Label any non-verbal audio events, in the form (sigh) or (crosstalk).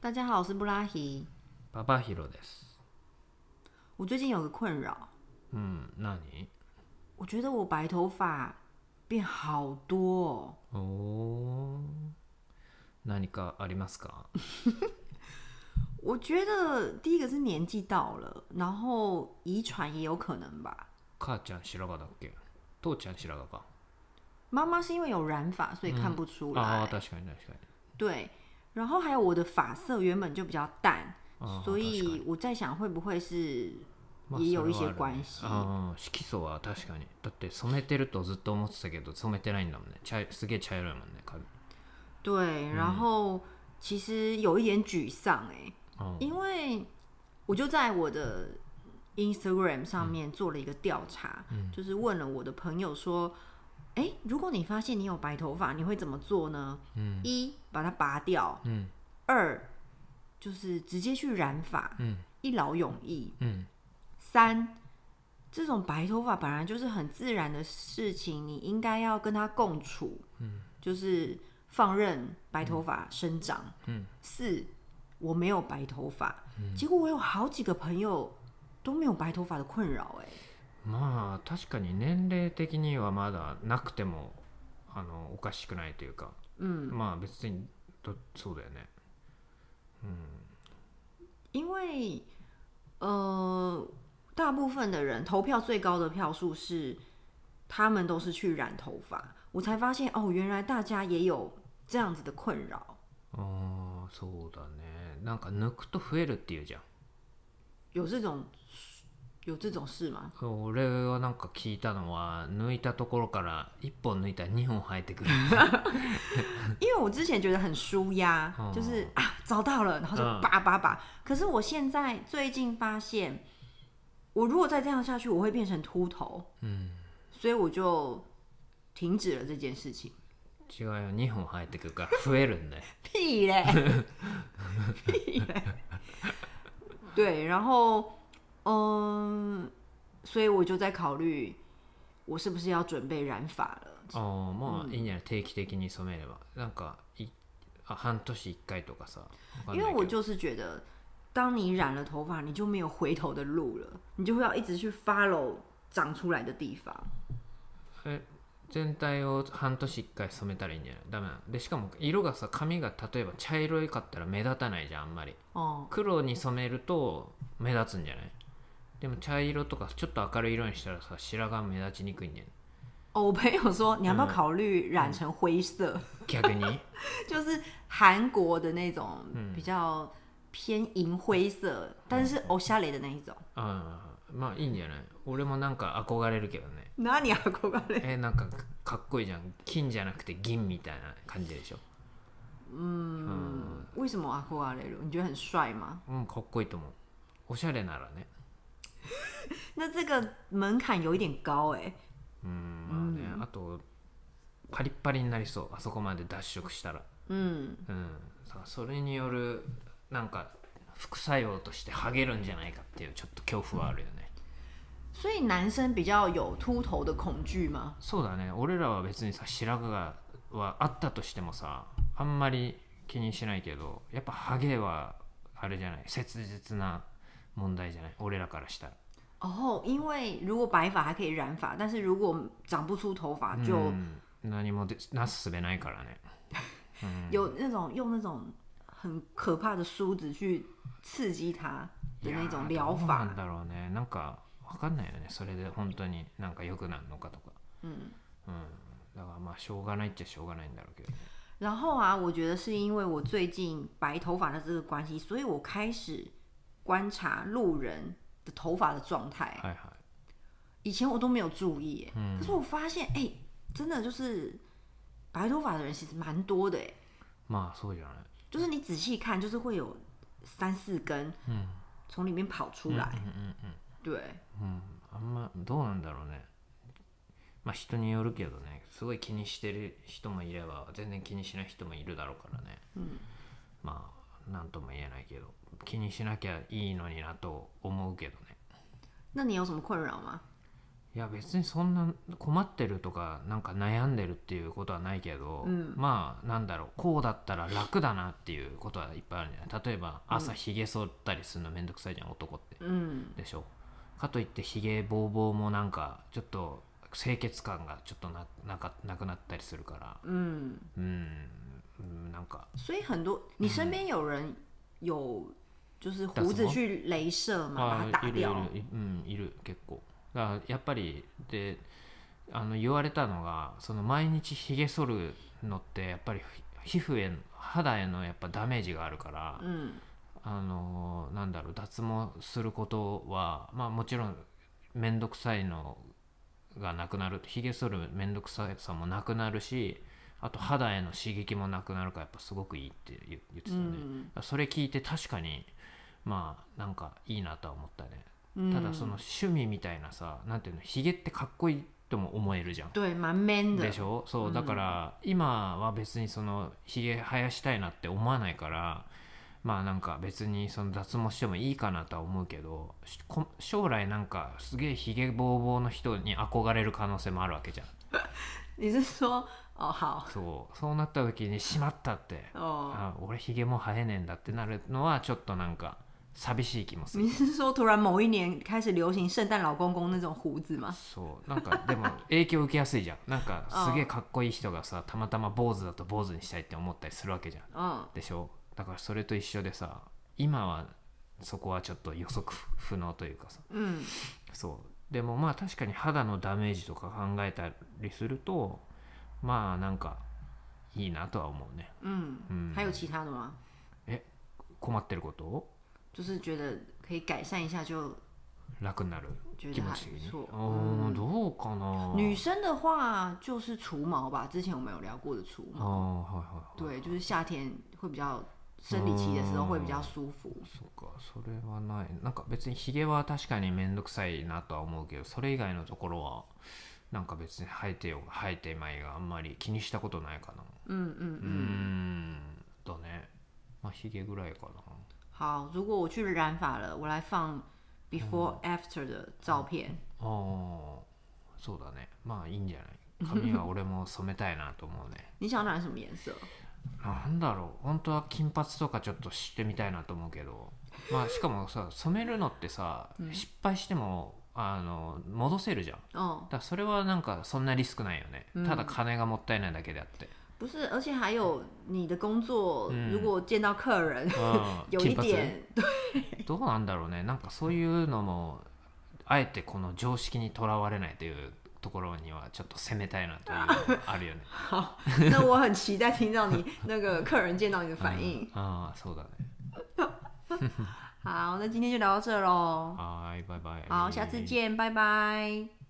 大家好，我是布拉希。パパヒロです。我最近有个困扰，嗯，那你我觉得我白头发变好多、哦。哦，何かありますか？我觉得第一个是年纪到了，然后遗传也有可能吧。母ちゃん白髪だっけ？父ちゃん白髪か。妈妈是因为有染发，所以看不出来。ああ、確かに確かに。对，然后还有我的发色原本就比较淡，あー所確かに以我在想会不会是まあ也有一些それはあるね关系。ああ、色素は確かに。だって染めてるとずっと思ってたけど染めてないんだもんね。茶いすげえ茶色いもんね髪。对，然后其实有一点沮丧哎、うん因为我就在我的 Instagram 上面做了一个调查，就是问了我的朋友说，哎、如果你发现你有白头发，你会怎么做呢？嗯，一把它拔掉，嗯，二就是直接去染发，嗯，一劳永逸，うん三。这种白头发本来就是很自然的事情，你应该要跟它共处，嗯，就是放任白头发生长，嗯，四我没有白头发，结果我有好几个朋友都没有白头发的困扰、哎，まあ確かに年齢的にはまだなくてもあのおかしくないというか、まあ別にどそうだよね。因为呃，大部分的人投票最高的票数是他们都是去染头发，我才发现哦，原来大家也有这样子的困扰，ああそうだねなんか抜くと増えるっていうじゃ有这种有这种事吗？ん俺はなんか聞いたのは抜いたところから1本抜いたら2本生えて (laughs) くる因为我之前觉得很舒压，哦就是啊找到了，然后就嗯叭叭叭。可是我现在最近发现，我如果再这样下去，我会变成秃头。嗯，所以我就停止了这件事情。 (laughs) 違うよ2本生えてくるから増えるんだ (laughs) よ屁嘞，屁嘞。对，然后嗯，所以我就在考虑，我是不是要准备染发了。あーまあいいんじゃない定期的に染めればなんかいあ半年1回とかさわかん因な为我いけど就是觉得，当你染了头发，你就没有回头的路了，你就会要一直去 follow 长出来的地方。え全体を半年1回染めたらいいんじゃないダメなのでしかも色がさ髪が例えば茶色いかったら目立たないじゃんあんまり哦、黒に染めると目立つんじゃないでも茶色とかちょっと明るい色にしたらさ白髪目立ちにくいんじゃない哦，我朋友说你要不要考虑染成灰色， (laughs) 逆に就是韩国的那种比较偏银灰色，但是欧夏雷的那一种。ああまあいいんじゃない俺もなんか憧れるけどね那你要过来？えなんかかっこいいじゃん金じゃなくて銀みたいな感じでしょ嗯，为什么阿库阿雷鲁？你觉得很帅吗？うんかっこいいと思うおしゃれならね那这个门槛有一点高哎、うんまあね、あとパリッパリになりそうあそこまで脱色したら嗯，うんさそれによるなんか副作用としてハゲるんじゃないかっていうちょっと恐怖はあるよね所以男生比较有秃头的恐惧吗？そうだね俺らは別にさ白髪がはあったとしてもさあんまり気にしないけどやっぱハゲはあれじゃない切実な問題じゃない俺らからしたら哦，因为如果白发还可以染发，但是如果长不出头发，就うん何もでなすすべないからね有那种用那种很可怕的梳子去刺激它的那种いやー疗どうな法ん。だろうねなんかわかんないよねそれで本当になんか良くなるのかとかうん、だからまあしょうがないっちゃしょうがないんだろうけどね然后啊，我觉得是因为我最近白头发的这个关系，所以我开始观察路人的头发的状态。はいはい以前我都没有注意耶，可是我发现，哎、真的就是白头发的人其实蛮多的，哎，まあそうじゃない就是你仔细看，就是会有三四根，嗯，从里面跑出来，嗯嗯对，あんまどうなんだろうねまあ人によるけどねすごい気にしてる人もいれば全然気にしない人もいるだろうからね、まあなんとも言えないけど気にしなきゃいいのになと思うけどね那你有什么困扰吗？いや別にそんな困ってるとかなんか悩んでるっていうことはないけど、うんまあなんだろうこうだったら楽だなっていうことはいっぱいあるんじゃない例えば朝ひげ剃ったりするのめんどくさいじゃん男って、うんでしょかといってひげぼうぼうもなんかちょっと清潔感がちょっとななかなくなったりするから嗯，うんうんなんか所以很多你身边有人有就是打胡什子么去镭射嘛，把あ它打ーいるい掉。るいうんいる結構だからやっぱりであの言われたのがその毎日ひげ剃るのってやっぱりひ皮膚への肌へのやっぱダメージがあるから、嗯あのーなんだろう脱毛することはまあもちろん面倒くさいのがなくなるひげ剃る面倒くささもなくなるしあと肌への刺激もなくなるからやっぱすごくいいって言言ってたね、嗯それ聞いて確かにまあなんかいいなとは思ったね嗯，ただその趣味みたいなさ、なんていうのヒゲってかっこいいとも思えるじゃん对蛮 man 的でしょそううんだから今は別にそのヒゲ生やしたいなって思わないからまあなんか別にその脱毛してもいいかなとは思うけどしこ将来なんかすげえヒゲボーボーの人に憧れる可能性もあるわけじゃん你是说哦好そうそうなった時にしまったって哦？あ俺ヒゲも生えねえんだってなるのはちょっとなんか寂しい気もする你是说突然某一年开始流行圣诞老公公那种胡子吗？そうなんかでも影響受けやすいじゃんなんかあーすげえかっこいい人がさたまたま坊主だと坊主にしたいって思ったりするわけじゃん嗯でしょだからそれと一緒でさ今はそこはちょっと予測不能というかさ嗯そうでもまあ確かに肌のダメージとか考えたりするとまあなんかいいなとは思うね嗯，还有其他的吗？困ってることを就是觉得可以改善一下就楽になる觉気得持还ち的不哦错。におーどうかな女生的话就是除毛吧，之前我们有聊过的除あ毛，ーはいはいは对，い就是夏天会比较生理期的时候会比较舒服。そっかそれはないなんか別にヒゲは確かに面倒くさいなとは思うけどそれ以外のところはなんか別に生えてようが生えてまいがあんまり気にしたことないかな嗯嗯うー嗯，んだねまあヒゲぐらいか好，如果我去染发了，我来放 before after 的照片。なああそうだねまあいいんじゃない髪は俺も染めたいなと思う (laughs) ね你想染什么颜色？なんだろう本当は金髪とかちょっとしてみたいなと思うけどまあしかもさ染めるのってさ、失敗してもあの戻せるじゃん哦，だからそれはなんかそんなリスクないよね、うんただ金がもったいないだけであって、不是，而且还有你的工作，嗯如果见到客人有一点，对どうなんだろうねなんかそういうのもあえてこの常識にとらわれないというところにはちょっと攻めたいなというのもあるよね那我很期待听到你那个客人见到你的反 (laughs) 应。ああそうだね好，那今天就聊到这喽。はーいバイバイ好，下次见，拜拜。